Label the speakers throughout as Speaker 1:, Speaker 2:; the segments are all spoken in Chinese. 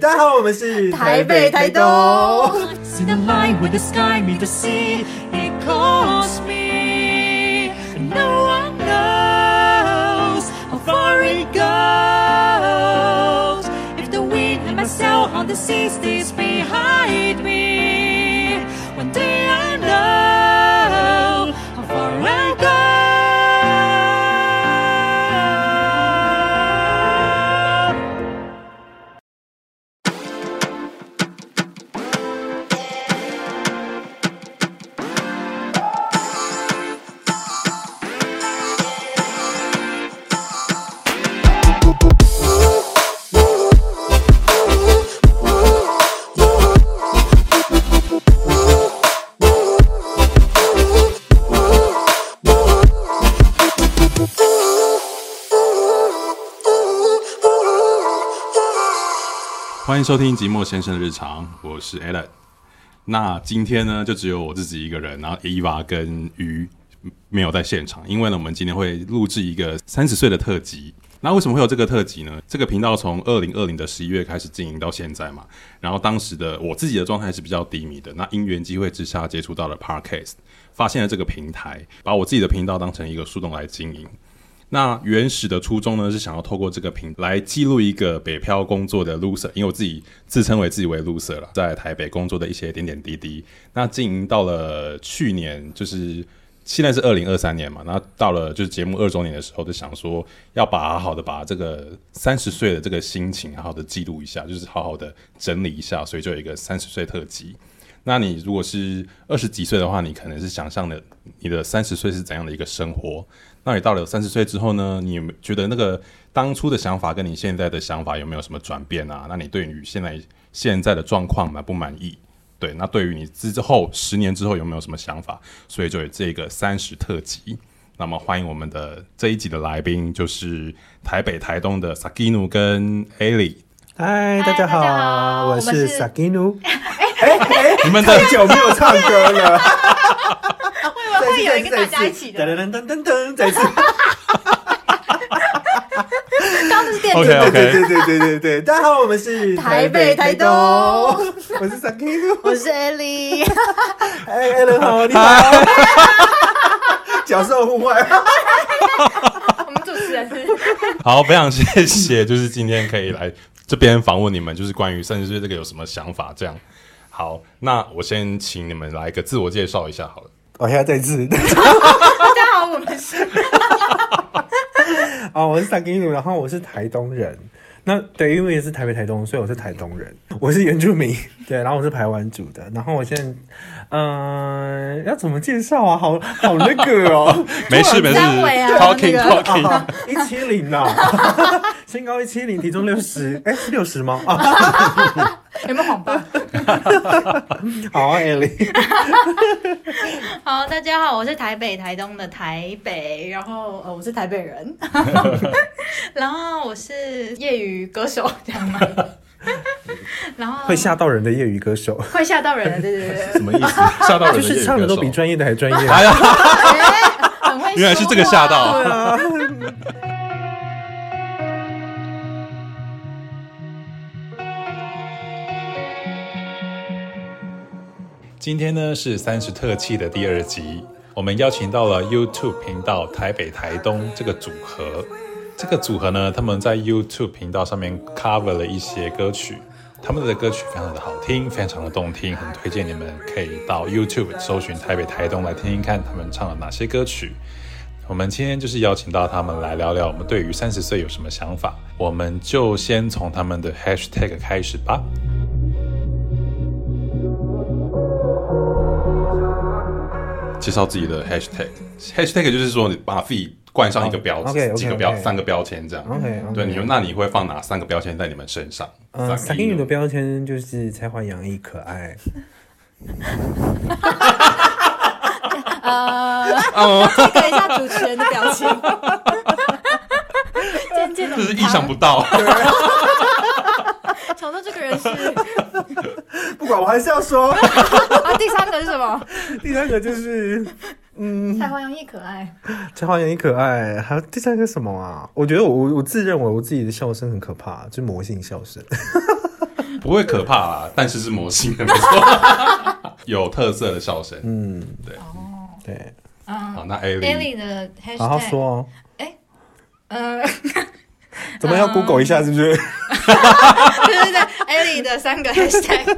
Speaker 1: 大家好，我们是
Speaker 2: 台北台东
Speaker 3: See the line where the sky meets the sea. It calls me. No one knows how far it goes. If the wind and myself on the sea stays behind me, one day I know how far I go.
Speaker 4: Ooh,
Speaker 5: 欢迎收听《寂寞先生的日常》，我是 Alan。那今天呢，就只有我自己一个人，然后 Eva 跟鱼没有在现场，因为呢，我们今天会录制一个三十岁的特辑。那为什么会有这个特辑呢？这个频道从二零二零的十一月开始经营到现在嘛，然后当时的我自己的状态是比较低迷的。那因缘机会之下接触到了 Parkcast，发现了这个平台，把我自己的频道当成一个树洞来经营。那原始的初衷呢，是想要透过这个平来记录一个北漂工作的 loser，因为我自己自称为自己为 loser 了，在台北工作的一些点点滴滴。那经营到了去年，就是现在是二零二三年嘛，那到了就是节目二周年的时候，就想说要把好好的把这个三十岁的这个心情好好的记录一下，就是好好的整理一下，所以就有一个三十岁特辑。那你如果是二十几岁的话，你可能是想象的你的三十岁是怎样的一个生活？那你到了三十岁之后呢？你有没有觉得那个当初的想法跟你现在的想法有没有什么转变啊？那你对于现在现在的状况满不满意？对，那对于你之后十年之后有没有什么想法？所以就有这个三十特辑。那么欢迎我们的这一集的来宾，就是台北、台东的 Sakino 跟 Ali，
Speaker 1: 嗨，大
Speaker 2: 大
Speaker 1: 家
Speaker 2: 家好
Speaker 1: 好，我
Speaker 2: 我
Speaker 1: 是
Speaker 2: 们
Speaker 1: Sakino。哎 哎，
Speaker 5: 你们的
Speaker 1: 太久没有唱歌了，
Speaker 2: 我 以为会有一个大家一起
Speaker 1: 噔
Speaker 2: 的，
Speaker 1: 噔噔噔噔，再 次，
Speaker 2: 刚刚是电
Speaker 5: OK
Speaker 1: 对对
Speaker 5: OK
Speaker 1: 对对对对对，大家好，我们是
Speaker 2: 台北台东
Speaker 1: 我是 Sakino，
Speaker 2: 我是 Ellie，
Speaker 1: 哎，Allen 好，你好， 角色互换，
Speaker 2: 我们主持人是
Speaker 5: 好，非常谢谢，就是今天可以来这边访问你们，就是关于三十岁这个有什么想法？这样，好，那我先请你们来个自我介绍一下好了。
Speaker 1: 哦我现在再次。
Speaker 2: 大家好，我们 是
Speaker 1: 啊，我是萨金鲁，然后我是台东人。那对，因为也是台北台东，所以我是台东人，我是原住民，对，然后我是排湾族的，然后我现在，嗯、要怎么介绍啊？好好那个哦，
Speaker 5: 没事没事
Speaker 2: 张伟啊
Speaker 5: ，talking
Speaker 2: 那个
Speaker 5: talking，
Speaker 1: 一七零呐，身高一七零，体重六十，哎，是六十吗？啊，
Speaker 2: 有没有谎报？
Speaker 1: 好啊，艾莉，
Speaker 2: 好，大家好，我是台北台东的台北，然后呃，我是台北 人，然后我是业余歌手，这样 吗？然后
Speaker 1: 会吓到人的业余歌手，
Speaker 2: 会吓到人了，对 对对
Speaker 5: 什么意思？吓到人
Speaker 1: 就
Speaker 5: 的
Speaker 1: 是唱的都比
Speaker 5: 乐手
Speaker 1: 专业的还专业。啊
Speaker 5: 哎呀，
Speaker 2: 哎很会说话
Speaker 5: 原来是这个吓到。今天呢是三十特辑的第二集，我们邀请到了 YouTube 频道台北台东这个组合。这个组合呢，他们在 YouTube 频道上面 cover 了一些歌曲，他们的歌曲非常的好听，非常的动听，很推荐你们可以到 YouTube 搜寻台北台东来听听看他们唱了哪些歌曲。我们今天就是邀请到他们来聊聊我们对于三十岁有什么想法，我们就先从他们的 Hashtag 开始吧。介绍自己的 Hashtag，Hashtag 就是说你把自己冠上一个标，
Speaker 1: 哦，OK，OK，OK
Speaker 5: 几个标，三个标签这样。
Speaker 1: OK，OK
Speaker 5: 对，你们那你会放哪三个标签在你们身上？
Speaker 1: 嗯，萨金鲁的
Speaker 5: 标
Speaker 1: 标签就是才华洋溢、可爱。
Speaker 2: 呃，
Speaker 5: 哦
Speaker 2: 这个一下主持人的表情，渐渐的
Speaker 5: 这是意想不到。
Speaker 2: 想到这个 人是
Speaker 1: 不管，我还是要说，
Speaker 2: 啊，第三个是什么？
Speaker 1: 第三个就是
Speaker 2: 才华洋溢可爱，
Speaker 1: 才华洋溢可爱，还有第三个什么啊？我觉得我我我自认为我自己的笑声很可怕，就是魔性笑声。
Speaker 5: 不会可怕啦，但是是魔性的，没错，有特色的笑声。
Speaker 1: 嗯，
Speaker 2: 哦，
Speaker 1: 对，
Speaker 5: 好，
Speaker 2: 嗯
Speaker 5: 那 a l i
Speaker 2: ，Daily 的 hashtag，
Speaker 1: 好好说哦。
Speaker 2: 呃，
Speaker 1: 怎么要 Google 一下是不是？
Speaker 2: 对对对，Ellie 的三 个 hashtag，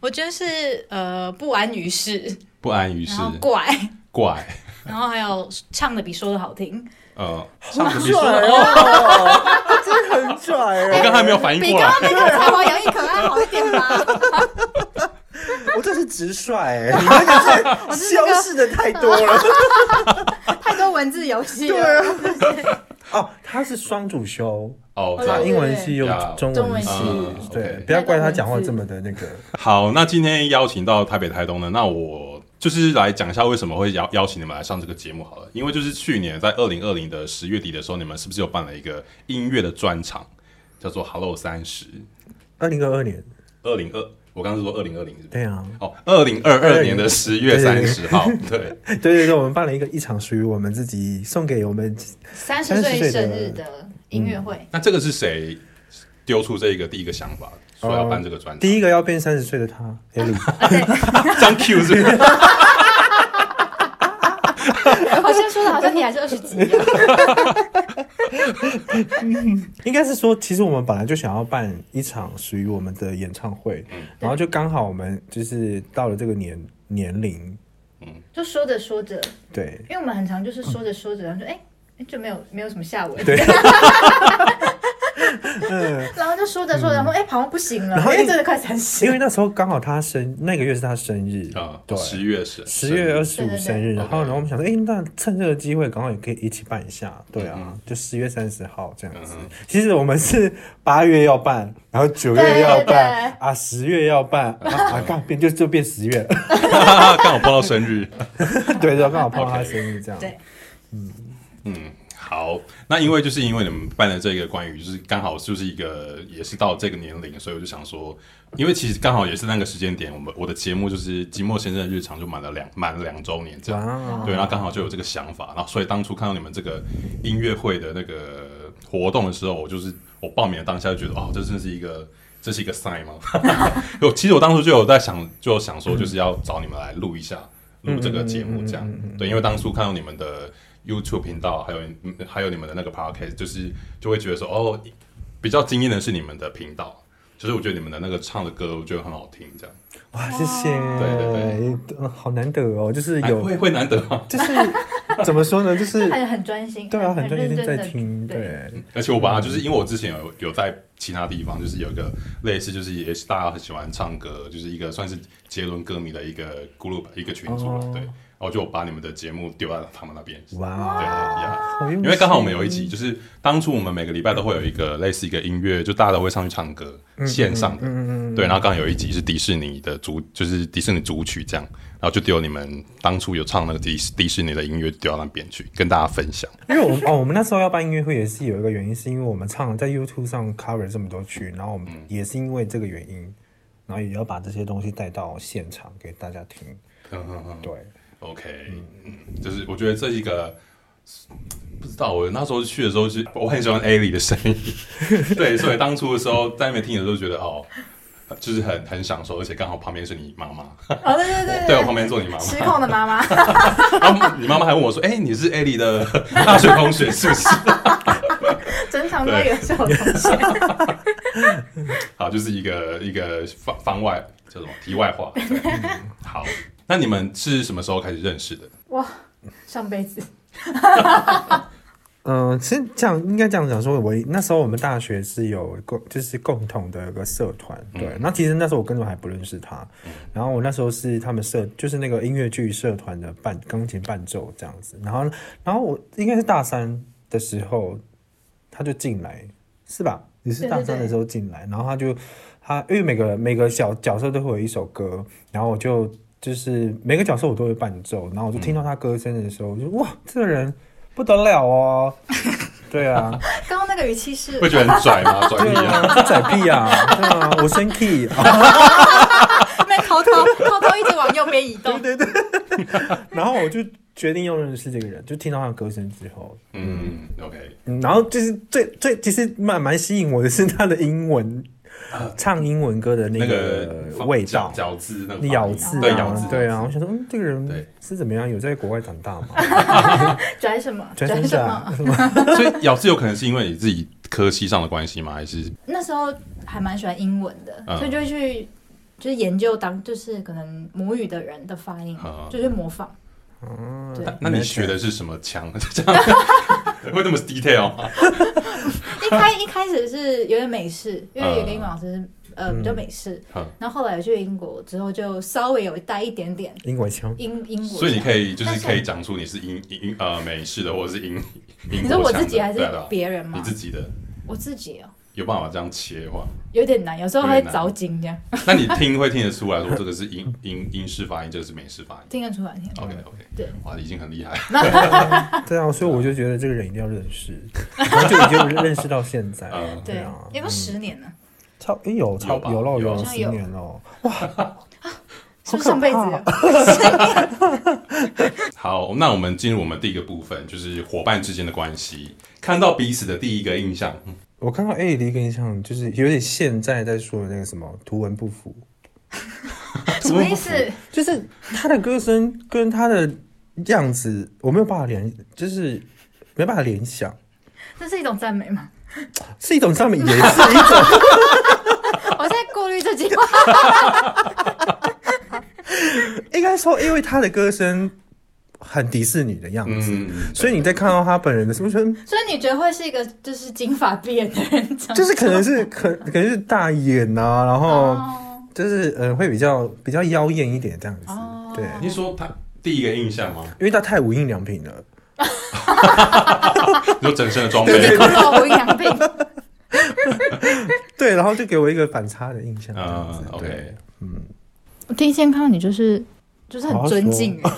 Speaker 2: 我觉得是呃不安于世，
Speaker 5: 不安于
Speaker 2: 然
Speaker 5: 世，
Speaker 2: 后怪，
Speaker 5: 怪，
Speaker 2: 然后还有唱的比说的好听，
Speaker 5: 呃，上次你说
Speaker 1: 拽
Speaker 5: 的，
Speaker 1: 哦，真的很拽
Speaker 5: 我
Speaker 1: 哦！
Speaker 5: 刚才没有反应
Speaker 2: 比
Speaker 5: 过
Speaker 2: 刚
Speaker 5: 来
Speaker 2: 刚。那个才华洋溢可爱好一点 吧。
Speaker 1: 我这是直率哎，你那个是修饰的太多了。
Speaker 2: 太多文字游戏
Speaker 1: 啊
Speaker 2: 了，
Speaker 1: 哦，他是双主修，
Speaker 5: 哦，这
Speaker 1: 他
Speaker 5: 样
Speaker 1: 英文系又
Speaker 5: 呀
Speaker 1: 中
Speaker 2: 中
Speaker 1: 文
Speaker 2: 文
Speaker 1: 系
Speaker 5: 系，
Speaker 1: 对，
Speaker 5: OK
Speaker 1: 不要怪他讲话这么的那个。
Speaker 5: 好，那今天邀请到台北、台东呢，那我就是来讲一下为什么会邀邀请你们来上这个节目好了。因为就是去年在二零二零的十月底的时候，你们是不是有办了一个音乐的专场，叫做 “Hello 三十
Speaker 1: 二零二二年，
Speaker 5: 二零二”？我刚刚是说二零二零是不是？
Speaker 1: 对啊，
Speaker 5: 哦，二零二二年的十月三十号，对，
Speaker 1: 对对对，我们办了一个一场属于我们自己，送给我们
Speaker 2: 三
Speaker 1: 30
Speaker 2: 十
Speaker 1: 岁
Speaker 2: 岁生
Speaker 1: 的
Speaker 2: 日的音乐会，
Speaker 5: 那这个是谁丢出这个第一个想法，说要办这个专场？
Speaker 1: 哦第一个要变三十岁的他 e l
Speaker 5: 张 Q 是 不是？
Speaker 1: 嗯
Speaker 2: 哎好像说的好像你还是二十几一样，
Speaker 1: 应该是说，其实我们本来就想要办一场属于我们的演唱会，然后就刚好我们就是到了这个年年龄，
Speaker 2: 就说着说着，
Speaker 1: 对
Speaker 2: 因为我们很常就是说着说着，然后就哎、哎就没有没有什么下文，
Speaker 1: 嗯对，
Speaker 2: 然后就说着说着，然后哎、好像不行了，
Speaker 1: 嗯然后
Speaker 2: 因为
Speaker 1: 一
Speaker 2: 真的快三十，
Speaker 1: 因为那时候刚好他生那个月是他生日
Speaker 5: 啊，
Speaker 1: 对，
Speaker 5: 十月十
Speaker 1: 十月二十
Speaker 2: 对
Speaker 1: 五
Speaker 2: 对对
Speaker 1: 生日，然后
Speaker 5: OK
Speaker 1: 然后我们想说，哎、那趁这个机会，刚好也可以一起办一下，对啊，
Speaker 5: 嗯
Speaker 1: 就十月三十号这样子。其实我们是八月要办，然后九月
Speaker 2: 对
Speaker 1: 要
Speaker 2: 对
Speaker 1: 办啊，十月要办啊， 啊，刚好变就就变十月了，
Speaker 5: 刚好碰到生日。
Speaker 1: 对，然后刚好碰到他生日这样。
Speaker 2: 对
Speaker 5: 嗯，好，那因为就是因为你们办的这个关于就是刚好就是一个也是到这个年龄，所以我就想说，因为其实刚好也是那个时间点，我们我的节目就是《寂寞先生的日常》就满了两满了两周年这样，
Speaker 1: 哇
Speaker 5: 对，然后刚好就有这个想法，然后所以当初看到你们这个音乐会的那个活动的时候，我就是我报名的当下就觉得哦，这真是一个。这是一个 sign 吗？ 有，其实我当初就有在想，就有想
Speaker 1: 嗯
Speaker 5: 说，就是要找你们来录一下，录这个节目
Speaker 1: 嗯
Speaker 5: 这样。对，因为当初看到你们的 YouTube 频道，还有嗯还有你们的那个 Podcast，就是就会觉得说，哦，比较惊艳的是你们的频道，就是我觉得你们的那个唱的歌，我觉得很好听，这样。
Speaker 1: 哇，谢谢，
Speaker 5: 对
Speaker 1: 对对，好难得哦，就是
Speaker 5: 哎
Speaker 1: 有
Speaker 5: 会，会难得吗？
Speaker 1: 就是怎么说呢，就是
Speaker 2: 很很专心，
Speaker 1: 对啊，很
Speaker 2: 很
Speaker 1: 多
Speaker 2: 认
Speaker 1: 人
Speaker 2: 真
Speaker 1: 在
Speaker 2: 地
Speaker 1: 听，
Speaker 2: 对。
Speaker 1: 对，
Speaker 5: 而且我把它就是因为我之前有有在其他地方，就是有一个类似，就是也是大家很喜欢唱歌，就是一个算是杰伦歌迷的一个 group 一个群组了，
Speaker 1: 哦
Speaker 5: 对。然后就把你们的节目丢在他们那边，对
Speaker 1: 哇，哦
Speaker 5: 呀。
Speaker 1: 好用
Speaker 5: 因为刚好我们有一
Speaker 1: 心
Speaker 5: 集，就是当初我们每个礼拜都会有一个类似一个音乐，就大家都会上去唱歌，线上的，对。然后刚好有一集是迪士尼的主，就是迪士尼主曲这样，然后就丢你们当初有唱那个迪士迪士尼的音乐丢到那边去，跟大家分享。
Speaker 1: 因为我们哦，我们那时候要办音乐会也是有一个原因，是因为我们唱了在 YouTube 上 cover 这么多曲，然后我们也是因为这个原因，然后也要把这些东西带到现场给大家听。
Speaker 5: 嗯嗯嗯。
Speaker 1: 对，
Speaker 5: OK，嗯，就是我觉得这一个不知道，我那时候去的时候是我很喜欢 A 里的声 音，对，所以当初的时候在那边听的时候觉得哦，就是很很享受，而且刚好旁边是你妈妈，
Speaker 2: 哦，对对对
Speaker 5: 对我旁边坐你妈
Speaker 2: 失
Speaker 5: 妈，
Speaker 2: 控的妈 妈，
Speaker 5: 然后你妈妈还问我说：“哎、你是 A 里的 大学同学是不 是
Speaker 2: 整场都有这种东 西。？”
Speaker 5: 好，就是一个一个方方外叫什么题外话。对好，那你们是什么时候开始认识的？
Speaker 2: 哇，上辈子
Speaker 1: 嗯、其实这样应该这样讲说，我那时候我们大学是有共，就是共同的一个社团，对。那、其实那时候我根本还不认识他，然后我那时候是他们社，就是那个音乐剧社团的伴钢琴伴奏这样子。然后，然后我应该是大三的时候，他就进来，是吧？你是
Speaker 2: 对对
Speaker 1: 大三的时候进来，然后他就他因为每个每个小角色都会有一首歌，然后我就就是每个角色我都会伴奏，然后我就听到他歌声的时候，我就哇，这个人不得了哦，对啊，
Speaker 2: 刚刚那个语气是
Speaker 5: 会觉得很拽吗？拽
Speaker 1: 对
Speaker 5: 你啊！
Speaker 1: 啊，这拽屁啊，对啊，我生气啊，
Speaker 2: 那偷 偷偷偷一直往右边移动，
Speaker 1: 然后我就决定要认识这个人，就听到他的歌声之后，
Speaker 5: 嗯，OK。
Speaker 1: 嗯然后就是最最其实蛮蛮吸引我的是他的英文，唱英文歌的
Speaker 5: 啊那
Speaker 1: 个
Speaker 5: 放
Speaker 1: 味
Speaker 5: 咬
Speaker 1: 道。
Speaker 5: 咬字那个
Speaker 1: 咬
Speaker 5: 发音
Speaker 1: 字
Speaker 5: 对咬
Speaker 1: 啊
Speaker 5: 字，
Speaker 1: 对啊，
Speaker 5: 咬
Speaker 1: 我
Speaker 5: 字
Speaker 1: 想说，嗯，这个人
Speaker 5: 对
Speaker 1: 是怎么样？有在国外长大 吗？
Speaker 4: 拽什么？
Speaker 1: 转身
Speaker 4: 么？
Speaker 1: 啊，什么？
Speaker 5: 所以咬字有可能是因为你自己科系上的关系吗？还是
Speaker 4: 那时候还蛮喜欢英文的，
Speaker 5: 嗯
Speaker 4: 所以就会去就是研究当就是可能母语的人的发音，
Speaker 5: 嗯
Speaker 4: 就去模仿。
Speaker 1: 嗯
Speaker 4: 对，
Speaker 5: 那你学的是什么腔？ 这样会这么 detail 吗？
Speaker 4: 一开一开始是有点美式，因为有个
Speaker 5: 嗯
Speaker 4: 英文老师是呃比较美式，
Speaker 5: 嗯
Speaker 4: 然后后来去英国之后就稍微有带一点点
Speaker 1: 英文 腔，
Speaker 4: 英英国腔，
Speaker 5: 所以你可以就
Speaker 4: 但
Speaker 5: 是
Speaker 4: 是
Speaker 5: 可以讲出你是英英呃美式的，或者是英英
Speaker 4: 你说
Speaker 5: 国
Speaker 4: 我
Speaker 5: 腔的
Speaker 4: 自己还是
Speaker 5: 对啊对啊
Speaker 4: 别人吗
Speaker 5: 你？自己的
Speaker 4: 我自己哦，
Speaker 5: 有办法这样切换？
Speaker 4: 有点难，有时候
Speaker 5: 有
Speaker 4: 会
Speaker 5: 点难
Speaker 4: 着急这样，
Speaker 5: 那你听会听得出来说这个是 英英英式发音，这个是美式发音。
Speaker 4: 听得出来，听得
Speaker 1: 哦
Speaker 4: 出来
Speaker 5: OK OK，
Speaker 4: 啊对，
Speaker 5: 哇，已经很厉害。
Speaker 1: 对啊，所以我就觉得这个人一定要认识，然后就已经认识到现在。
Speaker 5: 嗯
Speaker 4: 对，
Speaker 1: 啊
Speaker 4: 有没有十年呢？
Speaker 1: 超诶有超
Speaker 5: 有吧
Speaker 1: 有喽有
Speaker 5: 有啊
Speaker 1: 啊
Speaker 5: 好
Speaker 4: 像
Speaker 1: 十
Speaker 4: 有
Speaker 1: 年喽，
Speaker 4: 是不是上辈子
Speaker 1: 嗯好可啊
Speaker 4: 有？
Speaker 5: 好，那我们进入我们第一个部分，就是伙伴之间的关系，看到彼此的第一个印象。嗯
Speaker 1: 我看到 A 离跟像就是有点现在在说的那个什么图文不符，
Speaker 4: 什么意思？
Speaker 1: 就是他的歌声跟他的样子，我没有办法联，就是没办法联想，
Speaker 4: 这是一种赞美吗？
Speaker 1: 是一种上面也是一种，
Speaker 4: 我在过滤这句话。
Speaker 1: 应该说，因为他的歌声很迪士尼的样子，
Speaker 5: 嗯，
Speaker 1: 所以你在看到他本人的时候，觉得嗯
Speaker 4: 所以你觉得会是一个就是金发碧眼的人长？
Speaker 1: 就是可能是可可能是大眼呐、啊，然后
Speaker 4: 哦，
Speaker 1: 就是嗯、呃会比较比较妖艳一点这样子，
Speaker 4: 哦
Speaker 1: 对，
Speaker 5: 你说他第一个印象 吗？
Speaker 1: 因为他太无印良品了。
Speaker 5: 你说整身的装
Speaker 4: 你
Speaker 5: 备
Speaker 4: 是。口无良品。
Speaker 1: 对，然后就给我一个反差的印象。
Speaker 5: 嗯
Speaker 1: 嗯
Speaker 5: ，OK，
Speaker 4: 我第一天看到你就是就是很尊敬，欸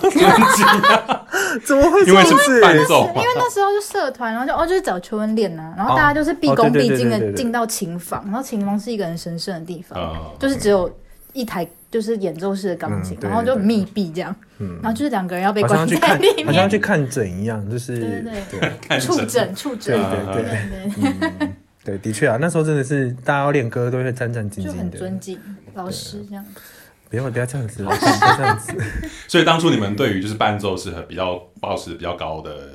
Speaker 1: 怎么会这
Speaker 5: 因为
Speaker 1: 样
Speaker 5: 是
Speaker 1: 子？
Speaker 5: 伴奏
Speaker 4: 因
Speaker 5: 嘛
Speaker 4: 为。那时候是社团，然后就哦就是找求婚恋啊，然后
Speaker 1: 哦
Speaker 4: 大家就是毕恭
Speaker 1: 哦对对
Speaker 4: 毕
Speaker 1: 对
Speaker 4: 敬
Speaker 1: 对
Speaker 4: 的
Speaker 1: 对对
Speaker 4: 进到琴房，然后琴房是一个很神圣的地方，
Speaker 5: 呃，
Speaker 4: 就是只有一台就是演奏式的钢琴
Speaker 1: 嗯，对
Speaker 4: 然后就
Speaker 1: 对对
Speaker 4: 密闭这样，
Speaker 1: 嗯
Speaker 4: 然后就是两个人要被
Speaker 1: 好像要
Speaker 4: 关
Speaker 1: 去
Speaker 4: 在
Speaker 1: 看
Speaker 4: 里，
Speaker 1: 好像要
Speaker 4: 面，
Speaker 1: 去看诊一样，就是
Speaker 4: 对对
Speaker 1: 对
Speaker 5: 看
Speaker 4: 触
Speaker 5: 整
Speaker 4: 诊触诊，
Speaker 1: 对对对
Speaker 4: 对
Speaker 1: 嗯对，的确啊，那时候真的是大家要练歌都会战战兢
Speaker 4: 对，就
Speaker 1: 兢
Speaker 4: 很尊
Speaker 1: 的。
Speaker 4: 敬老师这样。
Speaker 1: 不要不要这样子，不要这样子。
Speaker 5: 所以当初你们对于就是伴奏是很比较保持比较高的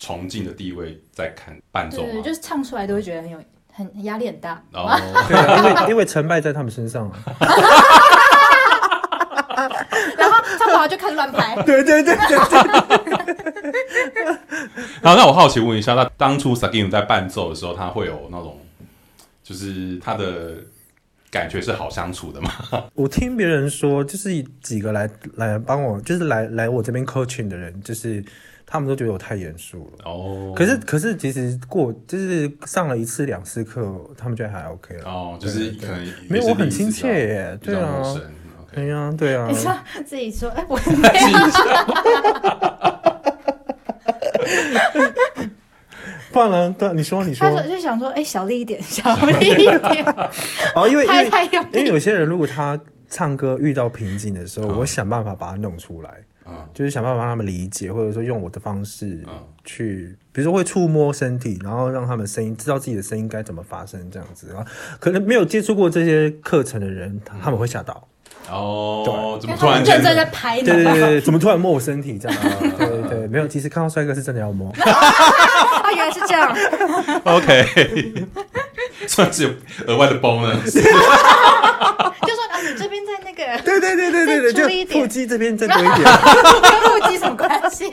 Speaker 5: 崇敬的地位在看伴奏
Speaker 4: 对对，
Speaker 5: 吗
Speaker 4: 就？是唱出来都会觉得很有很压力很大。
Speaker 5: 然后
Speaker 1: 对啊，因为因为成败在他们身上啊。
Speaker 4: 然后唱不好就开始乱拍，
Speaker 1: 对对对对对，
Speaker 5: 然后那我好奇问一下，那当初 Sakin 在伴奏的时候，他会有那种就是他的感觉是好相处 的吗？
Speaker 1: 我听别人说，就是几个来来帮我，就是来来我这边 coaching 的人，就是他们都觉得我太严肃了。
Speaker 5: 哦，
Speaker 1: 可是可是其实过就是上了一次两次课，他们觉得还 OK 了。
Speaker 5: 哦，就是可能也是
Speaker 1: 没有，我很
Speaker 5: 第一次
Speaker 1: 亲
Speaker 5: 这样
Speaker 1: 切耶，
Speaker 5: 比
Speaker 1: 对
Speaker 5: 较
Speaker 1: 啊
Speaker 5: 陌，生。
Speaker 1: 哎
Speaker 5: OK，
Speaker 1: 呀，对啊
Speaker 4: 你，说自己 说，哎，我
Speaker 1: 不然呢？对啊，你说你说
Speaker 4: 他，说就想说，哎，小力一点，小力一 点，
Speaker 1: 哦，因为因
Speaker 4: 太
Speaker 1: 为
Speaker 4: 太用
Speaker 1: 因为
Speaker 4: 力。
Speaker 1: 有些人如果他唱歌遇到瓶颈的时候，
Speaker 5: 嗯
Speaker 1: 我想办法把它弄出来，
Speaker 5: 嗯
Speaker 1: 就是想办法让他们理解，或者说用我的方式
Speaker 5: 嗯
Speaker 1: 去，比如说会触摸身体，然后让他们声音知道自己的声音该怎么发声这样子啊。可能没有接触过这些课程的人，他他们会吓到，
Speaker 5: 哦，怎
Speaker 4: 因为
Speaker 5: 么突
Speaker 4: 他
Speaker 5: 然
Speaker 4: 们认
Speaker 5: 间
Speaker 4: 真在拍
Speaker 1: 对对对
Speaker 4: 呢，
Speaker 1: 对，怎么突然摸我身体这样？对对对，没有，其实看到帅哥是真的要摸。
Speaker 4: 啊，原来是这样，
Speaker 5: OK，算是有额外的 bonus。
Speaker 4: 就说啊，你这边在那个
Speaker 1: 对对对对对
Speaker 4: 再注意
Speaker 1: 对，
Speaker 4: 一
Speaker 1: 就
Speaker 4: 点
Speaker 1: 腹肌这边再多一点。
Speaker 4: 跟腹肌什么关系？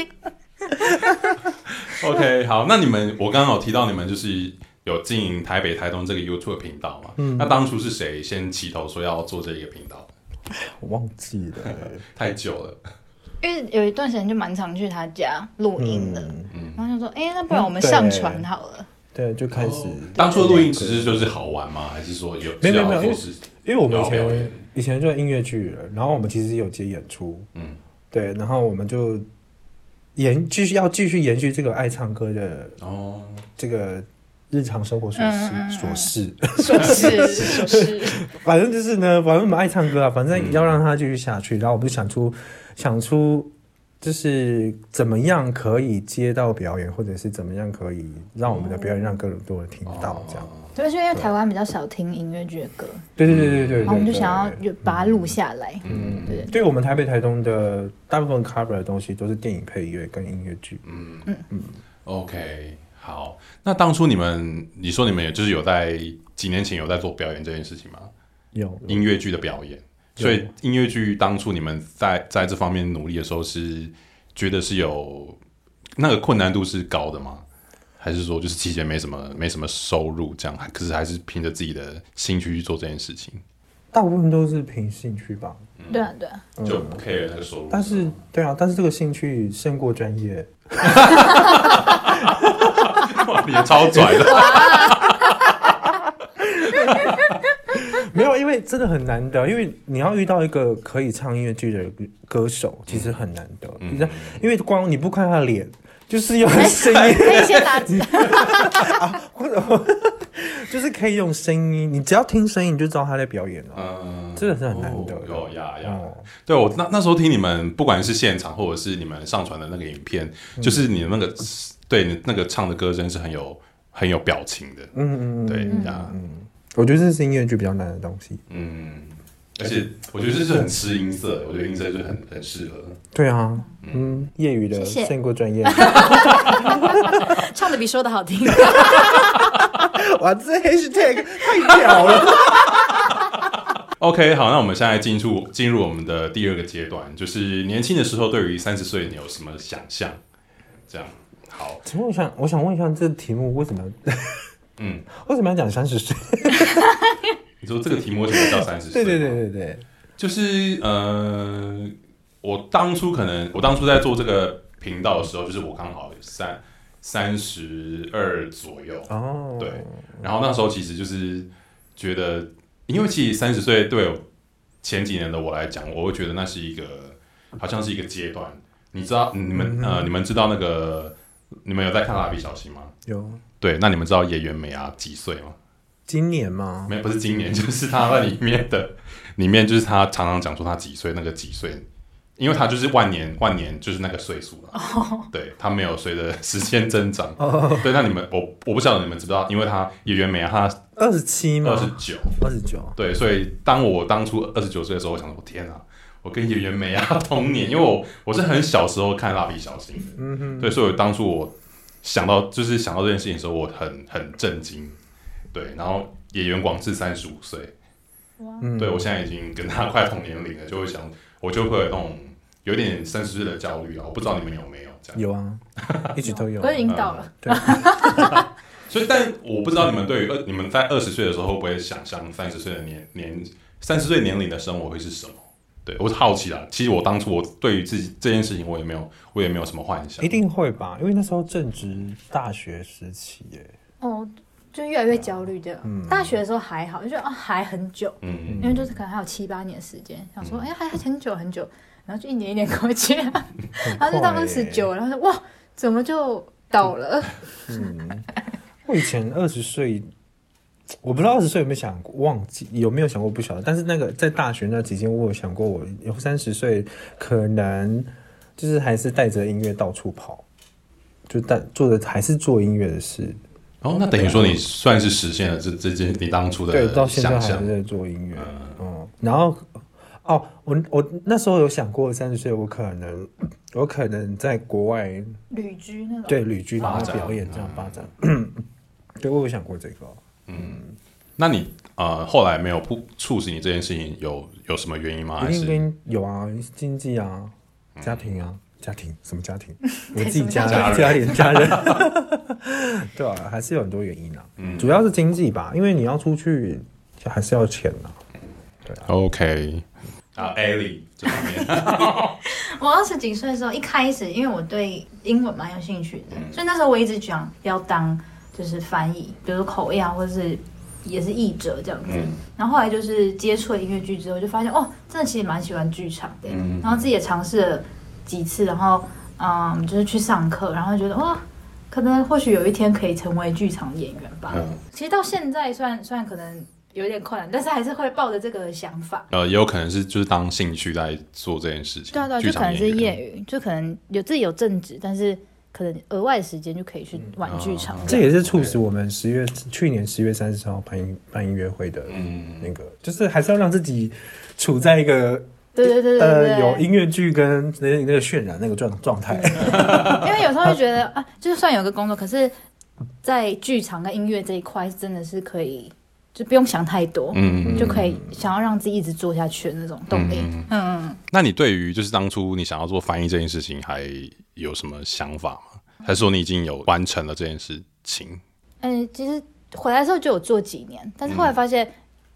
Speaker 5: OK，好，那你们我刚刚有提到你们就是有经营台北、台东这个 YouTube 频道嘛？
Speaker 1: 嗯
Speaker 5: 那当初是谁先起头说要做这个频道？
Speaker 1: 我忘记了，
Speaker 5: 太久了，
Speaker 4: 因为有一段时间就蛮常去他家录音的，
Speaker 1: 嗯，
Speaker 4: 然后就说，哎，那不然我们
Speaker 1: 嗯对
Speaker 4: 上传好了。
Speaker 1: 对，就开始。
Speaker 5: 当初录音只是就是好玩吗？还是说有
Speaker 1: 没有没有没有
Speaker 5: 是要做事？
Speaker 1: 因为我们以
Speaker 5: 有表演
Speaker 1: 前以前就音乐剧了，然后我们其实有接演出，
Speaker 5: 嗯，
Speaker 1: 对，然后我们就延继续要继续延续这个爱唱歌的
Speaker 5: 哦，
Speaker 1: 这个日常生活琐
Speaker 4: 嗯
Speaker 1: 事
Speaker 4: 嗯嗯
Speaker 1: 琐事，
Speaker 4: 说是说是，
Speaker 1: 反正就是呢，反正我们爱唱歌啊，反正
Speaker 5: 嗯
Speaker 1: 要让它继续下去，然后我们就想出想出。就是怎么样可以接到表演，或者是怎么样可以让我们的表演让更多人听到，这样。
Speaker 5: 哦
Speaker 4: 对，是因为台湾比较少听音乐剧的歌，
Speaker 1: 对对对对对对，
Speaker 4: 然哦后我们就
Speaker 1: 对
Speaker 4: 想要有把它录下来。
Speaker 1: 嗯
Speaker 4: 对，
Speaker 1: 对我们台北、台东的大部分 cover 的东西都是电影配乐跟音乐剧。
Speaker 5: OK，好，那当初你们，你说你们也就是有在几年前有在做表演这件事情吗？
Speaker 1: 有
Speaker 5: 音乐剧的表演，
Speaker 1: 有
Speaker 5: 所以音乐剧当初你们在在这方面努力的时候是觉得是有那个困难度是高的吗？还是说就是期间没什么没什么收入这样，还可是还是凭着自己的兴趣去做这件事情，
Speaker 1: 大部分都是凭兴趣吧，
Speaker 4: 对啊，对啊，
Speaker 5: 就不 care 那个收入？
Speaker 1: 但是对啊，但是这个兴趣胜过专业。
Speaker 5: 哇你也超拽的，
Speaker 1: 没有，因为真的很难得，因为你要遇到一个可以唱音乐剧的歌手，其实很难得。你知道，因为光你不看他的脸，就是用声音，
Speaker 4: 可以先打字。
Speaker 1: 或者就是可以用声音，你只要听声音你就知道他在表演了。
Speaker 5: 嗯，
Speaker 1: 真的是很难得
Speaker 5: 哦有呀呀，
Speaker 1: 哦，
Speaker 5: 对我那那时候听你们，不管是现场或者是你们上传的那个影片，就是你那个对你那个唱的歌声是很有很有表情的，
Speaker 1: 嗯嗯嗯，
Speaker 5: 对呀，
Speaker 1: 我觉得这是音乐剧比较难的东西。
Speaker 5: 嗯，而且我觉得这是很吃音色，我觉得音色就是很很适合。
Speaker 1: 对啊，嗯，业余的
Speaker 4: 谢谢
Speaker 1: 胜过专 业。
Speaker 4: 唱的比说的好听。
Speaker 1: 哇，这 hashtag 太屌了。
Speaker 5: OK，好，那我们现在进入进入我们的第二个阶段，就是年轻的时候对于三十岁你有什么想象？这样好，
Speaker 1: 请问一下，我想问一下，这题目为什么要
Speaker 5: 嗯，
Speaker 1: 为什么要讲三十岁？
Speaker 5: 你说这个题目为什 么叫三十岁？
Speaker 1: 对对对对对，
Speaker 5: 就是呃，我当初可能我当初在做这个频道的时候，就是我刚好三三十二左右，
Speaker 1: 哦，
Speaker 5: 对，然后那时候其实就是觉得，因为其实三十岁对我前几年的我来讲，我会觉得那是一个好像是一个阶段。你知道你们、呃，你们知道那个你们有在看蜡笔小新吗？
Speaker 1: 有
Speaker 5: 对，那你们知道野原美啊几岁吗？
Speaker 1: 今年吗？
Speaker 5: 没有，不是今年，就是他在里面的里面，就是他常常讲说他几岁，那个几岁，因为他就是万年万年就是那个岁数了。对，他没有随着时间增长。对，那你们我我不晓得你们知不知道，因为他也原美啊，他
Speaker 1: 二十七吗
Speaker 5: 二？十九，
Speaker 1: 二十九。
Speaker 5: 对，所以当我当初二十九岁的时候，我想说，天啊，我跟演员美啊 同年，因为我我是很小时候看蜡笔小新的，嗯哼，对，所以我当初我想到就是想到这件事情的时候，我很很震惊，对，然后演员广志三十五岁，
Speaker 1: 嗯
Speaker 5: 对我现在已经跟他快同年龄了，就会想，我就会有那种有点三十岁的焦虑啊，我不知道你们有没有这样，
Speaker 1: 有 啊，一直都有啊
Speaker 4: 我。已经到了，
Speaker 5: 所以但我不知道你们对于二呃你们在二十岁的时候会不会想象三十岁的年年三十岁年龄的生活会是什么？对我是好奇啦。其实我当初我对于自己这件事情，我也没有我也没有什么幻想。
Speaker 1: 一定会吧，因为那时候正值大学时期耶。
Speaker 4: 哦，就越来越焦虑的。
Speaker 1: 嗯
Speaker 4: 大学的时候还好，就觉得啊还很久，
Speaker 5: 嗯，
Speaker 4: 因为就是可能还有七八年时间，想说哎还还很久很久，然后就一年一年过去， 然后就到
Speaker 1: 嗯快耶
Speaker 4: 二十九，然后说哇怎么就到了？
Speaker 1: 我以前二十岁，我不知道二十岁有没有想过，忘记有没有想过不晓得。但是那个在大学那期间，我有想过我有三十岁可能就是还是带着音乐到处跑，就带做的还是做音乐的事。
Speaker 5: 哦，那等于说你算是实现了这这件你当初
Speaker 1: 对，到
Speaker 5: 的
Speaker 1: 现在
Speaker 5: 想
Speaker 1: 还
Speaker 5: 象
Speaker 1: 是。在做音乐。嗯，然后哦，我我那时候有想过三十岁，我可能我可能在国外
Speaker 4: 旅居那种。
Speaker 1: 对旅居然后
Speaker 5: 发展嗯
Speaker 1: 表演这样发展。 对，我有想过这个。哦
Speaker 5: 那你呃后来没有不促使你这件事情有有什么原因吗？还
Speaker 1: 一定
Speaker 5: 是
Speaker 1: 跟有啊，经济啊，家庭啊，家庭什么家 庭？我自己
Speaker 4: 什么
Speaker 1: 家
Speaker 5: 家
Speaker 1: 家人家人， 对啊，还是有很多原因啊，主要是经济吧，因为你要出去还是要钱啊。
Speaker 5: OK 啊，Ellie 这方 面
Speaker 4: 我二十几岁的时候，一开始因为我对英文蛮有兴趣的，所以那时候我一直想要当就是翻译，比如说口译啊，或者是也是译者这样
Speaker 5: 嗯
Speaker 4: 子。然后后来就是接触了音乐剧之后，就发现哦，真的其实蛮喜欢剧场的。然后自己也尝试了几次，然后嗯，就是去上课，然后觉得哇。可能或许有一天可以成为剧场演员吧。
Speaker 5: 嗯
Speaker 4: 其实到现在虽然虽然可能有点困难，但是还是会抱着这个想法。
Speaker 5: 呃也有可能是就是当兴趣在做这件事情。
Speaker 4: 对啊，对啊，
Speaker 5: 剧
Speaker 4: 就
Speaker 5: 场
Speaker 4: 可能是
Speaker 5: 演员
Speaker 4: 业余，就可能有自己有正职，但是可能额外的时间就可以去玩剧场。
Speaker 1: 这也是促使我们十月去年十月三十号办音办音乐会的那个，就是还是要让自己处在一个
Speaker 4: 对对对对对，
Speaker 1: 呃有音乐剧跟那那个渲染那个状状态。
Speaker 4: 因为有时候会觉得啊，就算有个工作，可是，在剧场跟音乐这一块，真的是可以就不用想太多，
Speaker 5: 嗯，
Speaker 4: 就可以想要让自己一直做下去的那种动力。嗯嗯，
Speaker 5: 那你对于就是当初你想要做翻译这件事情，还有什么想法吗？还是说你已经有完成了这件事情？
Speaker 4: 嗯其实回来的时候就有做几年，但是后来发现，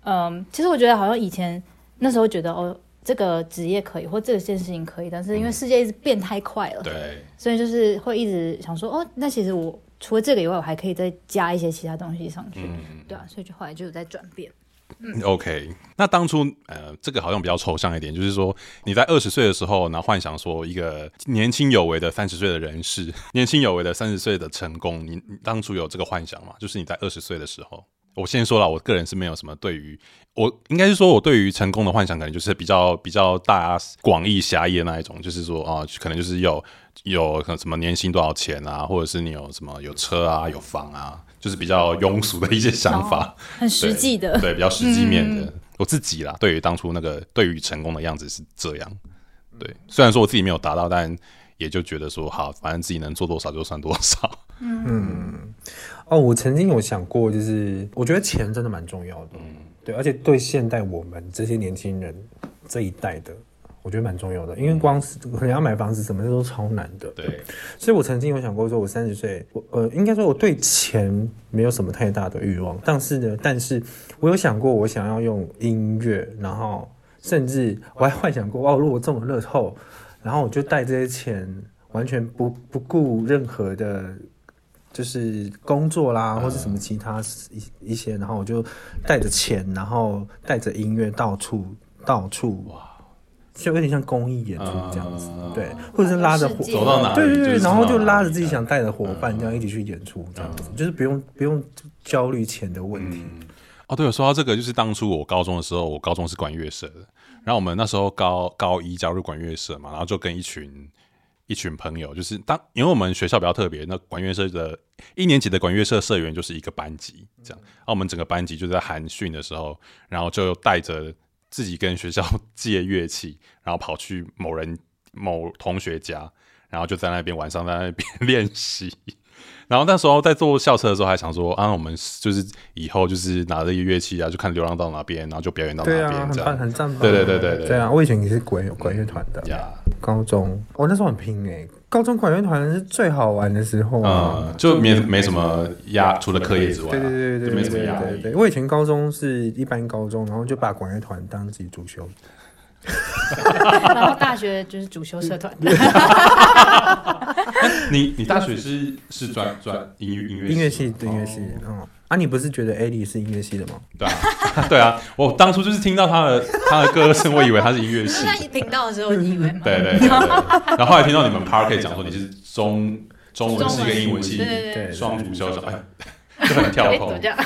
Speaker 4: 嗯，其实我觉得好像以前那时候觉得哦，这个职业可以，或这件事情可以，但是因为世界一直变太快了，
Speaker 5: 对，
Speaker 4: 所以就是会一直想说，哦，那其实我除了这个以外，我还可以再加一些其他东西上
Speaker 5: 嗯
Speaker 4: 去，对啊，所以就后来就有在转变。
Speaker 5: OK，那当初呃，这个好像比较抽象一点，就是说你在二十岁的时候，然后幻想说一个年轻有为的三十岁的人士， 年轻有为的三十岁的成功，你你当初有这个幻想吗？就是你在二十岁的时候，我先说了，我个人是没有什么对于我应该是说我对于成功的幻想，可能就是比较比较大广义狭义的那一种，就是说啊、可能就是有有可能什么年薪多少钱啊，或者是你有什么有车啊，有房啊，就是比较庸俗的一些想法。
Speaker 4: 很实际的，嗯
Speaker 5: 对，比较实际面的。我自己啦，对于当初那个对于成功的样子是这样。对，虽然说我自己没有达到，但也就觉得说，好，反正自己能做多少就算多少。
Speaker 1: 哦，我曾经有想过，就是我觉得钱真的蛮重要的，对，而且对现代我们这些年轻人这一代的，我觉得蛮重要的，因为光是可能要买房子什么的都超难的，
Speaker 5: 对，
Speaker 1: 所以我曾经有想过，说我三十岁，我呃，应该说我对钱没有什么太大的欲望，但是呢，但是我有想过，我想要用音乐，然后甚至我还幻想过，哦，如果我中了乐透，然后我就带这些钱，完全不不顾任何的。就是工作啦，
Speaker 5: 嗯
Speaker 1: 或是什么其他一一些，然后我就带着钱，然后带着音乐到处到处，就有点像公益演出这样子，对，或者是拉着
Speaker 2: 世界
Speaker 5: 啊走到哪里，嗯
Speaker 1: 对对对，
Speaker 5: 就是
Speaker 1: 然后
Speaker 5: 走到
Speaker 1: 就
Speaker 5: 哪
Speaker 1: 拉
Speaker 5: 里
Speaker 1: 着自己想带的伙伴这样一起去演出，这样子、
Speaker 5: 嗯
Speaker 1: 就是不用不用焦虑钱的问题。
Speaker 5: 哦，对，说到这个，就是当初我高中的时候，我高中是管乐社的，然后我们那时候高高一加入管乐社嘛，然后就跟一群一群朋友，就是当因为我们学校比较特别，那管乐社的一年级的管乐社社员就是一个班级这样，然后我们整个班级就在寒训的时候，然后就带着自己跟学校借乐器，然后跑去某人某同学家，然后就在那边晚上在那边练习。然后那时候在坐校车的时候还想说啊，我们就是以后就是拿着一个乐器啊，就看流浪到哪边，然后就表演到哪
Speaker 1: 对
Speaker 5: 边、
Speaker 1: 啊，很
Speaker 5: 这
Speaker 1: 棒，
Speaker 5: 样。
Speaker 1: 很赞吧？
Speaker 5: 对对对对对
Speaker 1: 对啊！我以前也是管管乐团的
Speaker 5: 呀
Speaker 1: 高中我、那时候很拼哎、高中管乐团是最好玩的时候啊，
Speaker 5: 嗯，就没没什么压，除了课业之外啊，
Speaker 1: 对对对对
Speaker 5: 就
Speaker 1: 对
Speaker 5: 没什么
Speaker 1: 对
Speaker 5: 压
Speaker 1: 对
Speaker 5: 力。
Speaker 1: 对，我以前高中是一般高中，然后就把管乐团当自己主修，
Speaker 4: 然 后大学就是主修 社团，
Speaker 5: 你你大学是是专专音乐音乐
Speaker 1: 音乐系对音乐系，
Speaker 5: 哦
Speaker 1: 嗯。啊，你不是觉得艾莉是音乐系的吗？
Speaker 5: 对啊 对啊，我当初就是听到他的他的歌声，我以为他是音乐系
Speaker 2: 是， 在频道的时候，你以为吗？
Speaker 5: 对对对对。然后后来听到你们 Park 讲说你是中中文系跟英文系
Speaker 2: 对对对，
Speaker 1: 对
Speaker 5: 双主修， 哎，就很跳
Speaker 4: 哎，怎
Speaker 5: 脱
Speaker 4: 么。这样？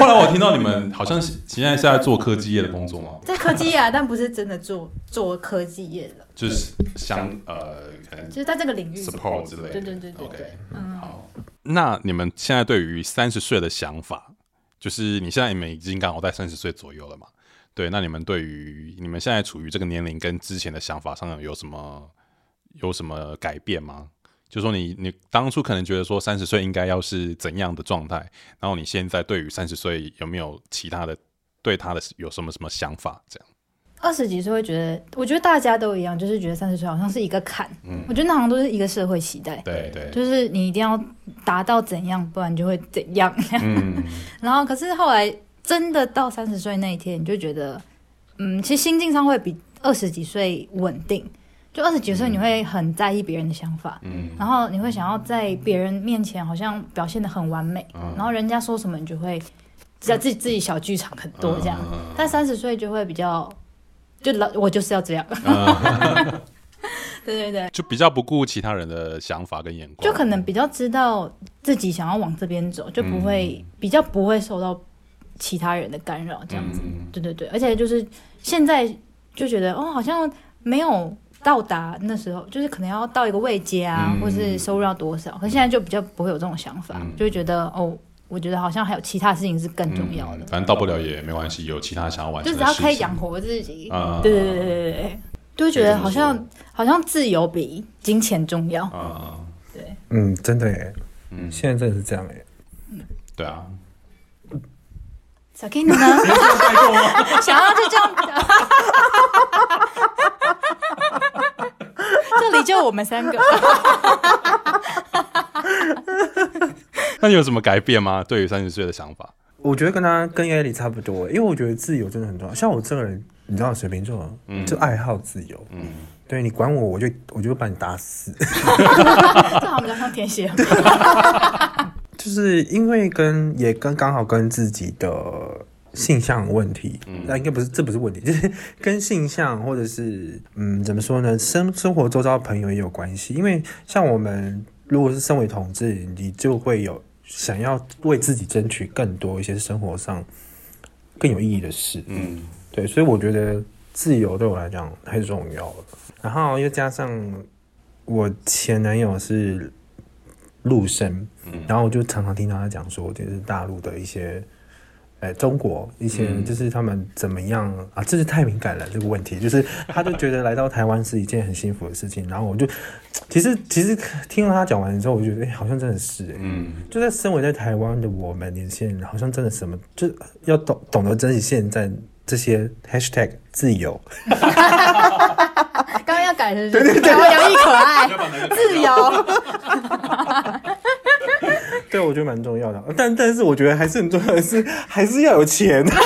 Speaker 5: 后来我听到你们好像是现在是在做科技业的工作吗？
Speaker 2: 在科技业、啊，但不是真的做做科技业的，
Speaker 5: 就是相呃可能
Speaker 2: 就是在这个领域。
Speaker 5: support 之类的。
Speaker 2: 对对对对
Speaker 5: OK，
Speaker 2: 对
Speaker 4: 嗯
Speaker 5: 好。嗯那你们现在对于三十岁的想法，就是你现在你们已经刚好在三十岁左右了嘛？对，那你们对于你们现在处于这个年龄跟之前的想法上有什么有什么改变吗？就说你你当初可能觉得说三十岁应该要是怎样的状态，然后你现在对于三十岁有没有其他的对他的有什么什么想法？这样
Speaker 4: 二十几岁会觉得，我觉得大家都一样，就是觉得三十岁好像是一个坎，我觉得那好像都是一个社会期待，
Speaker 5: 对嗯对，
Speaker 4: 就是你一定要达到怎样，不然就会怎样。
Speaker 5: 嗯，
Speaker 4: 然后可是后来真的到三十岁那一天，你就觉得，嗯，其实心境上会比二十几岁稳定。就二十几岁，你会很在意别人的想法，
Speaker 5: 嗯
Speaker 4: 然后你会想要在别人面前好像表现的很完美，然后人家说什么你就会在自己自己小剧场很 多这样。
Speaker 5: 嗯
Speaker 4: 但三十岁就会比较，就老我就是要这样， 对对对，
Speaker 5: 就比较不顾其他人的想法跟眼光，
Speaker 4: 就可能比较知道自己想要往这边走，就不
Speaker 5: 嗯
Speaker 4: 会、比较不会受到其他人的干扰这样子。
Speaker 5: 嗯
Speaker 4: 对对对，而且就是现在就觉得哦，好像没有到达那时候，就是可能要到一个位阶啊，
Speaker 5: 嗯
Speaker 4: 或是收入要多少，可现在就比较不会有这种想法，
Speaker 5: 嗯
Speaker 4: 就会觉得哦，我觉得好像还有其他事情是更重要的，
Speaker 5: 反正到不了也没关系，有其他想要完
Speaker 4: 就
Speaker 5: 成
Speaker 4: 只
Speaker 5: 的
Speaker 4: 要
Speaker 5: 事情。
Speaker 4: 可以养活自己，
Speaker 5: 嗯啊
Speaker 4: 对对对对对对，就会觉得好像好像自由比金钱重要，
Speaker 5: 啊，
Speaker 1: 嗯，真的耶，
Speaker 5: 嗯，
Speaker 1: 现在真的是这样耶。
Speaker 5: 对啊，
Speaker 4: 小 King 呢？想要就这 样，这里就我们三个。
Speaker 5: 那你有什么改变吗？对于三十岁的想法？
Speaker 1: 我觉得跟他跟 Ellie 差不多耶，因为我觉得自由真的很重要。像我这个人，你知道水瓶座，就爱好自由，
Speaker 5: 嗯，
Speaker 1: 对你管我，我就我就把你打死。
Speaker 4: 这好像比较像天蝎，
Speaker 1: 就是因为跟也跟刚好跟自己的性向问题，那、应该不是这不是问题， 就是跟性向或者是嗯怎么说呢，生生活周遭朋友也有关系。因为像我们如果是身为同志，你就会有想要为自己争取更多一些生活上更有意义的事，
Speaker 5: 嗯，
Speaker 1: 对，所以我觉得自由对我来讲太重要了。然后又加上我前男友是陆生，
Speaker 5: 嗯
Speaker 1: 然后我就常常听到他讲说，就是大陆的一些，呃，中国一些
Speaker 5: 嗯
Speaker 1: 就是他们怎么样、啊，这是太敏感了这个问题，就是他就觉得来到台湾是一件很幸福的事情。然后我就其实其实听了他讲完之后，我就觉得、哎，好像真的是、哎
Speaker 5: 嗯，
Speaker 1: 就在身为在台湾的我们年轻人，好像真的什么就要懂懂得珍惜现在这些 hashtag 自由，
Speaker 4: 刚刚要改的是对对对，啊洋溢可 爱，自由。
Speaker 1: 对我觉得蛮重要的。但但是我觉得还是很重要的是，还是要有钱。啊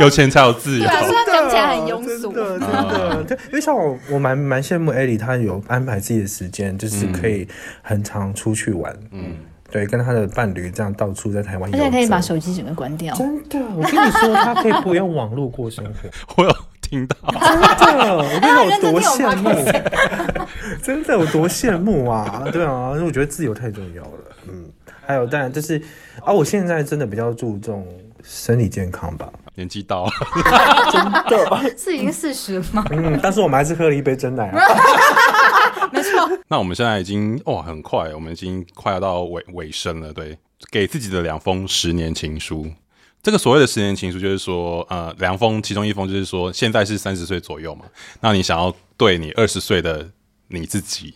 Speaker 5: 有钱才有自由
Speaker 4: 对。啊，虽然讲起来 很庸俗，
Speaker 1: 真
Speaker 4: 啊
Speaker 1: 的，真的，对，因为像我，我蛮蛮羡慕艾莉，她有安排自己的时间，就是可以很常出去玩，
Speaker 5: 嗯，
Speaker 1: 对，跟她的伴侣这样到处在台湾游
Speaker 4: 而
Speaker 1: 走。
Speaker 4: 且可以把手机整个关掉。
Speaker 1: 真的，我跟你说，她可以不用网络过生活，
Speaker 5: 我有听到，
Speaker 1: 真 的， 我跟
Speaker 4: 啊
Speaker 1: 你说我多羡
Speaker 4: 哎认真
Speaker 1: 慕， 真的我多羡慕啊！对啊，因为我觉得自由太重要了。嗯，还有当然就是啊，我现在真的比较注重身体健康吧。
Speaker 5: 年纪到了，
Speaker 4: 是已经四十了吗？
Speaker 1: 嗯，但是我们还是喝了一杯真奶 啊。
Speaker 4: 没错，
Speaker 5: 那我们现在已经哇，很快，我们已经快要到尾尾声了。对，给自己的两封十年情书。这个所谓的十年情书，就是说，呃，两封，其中一封就是说，现在是三十岁左右嘛，那你想要对你二十岁的你自己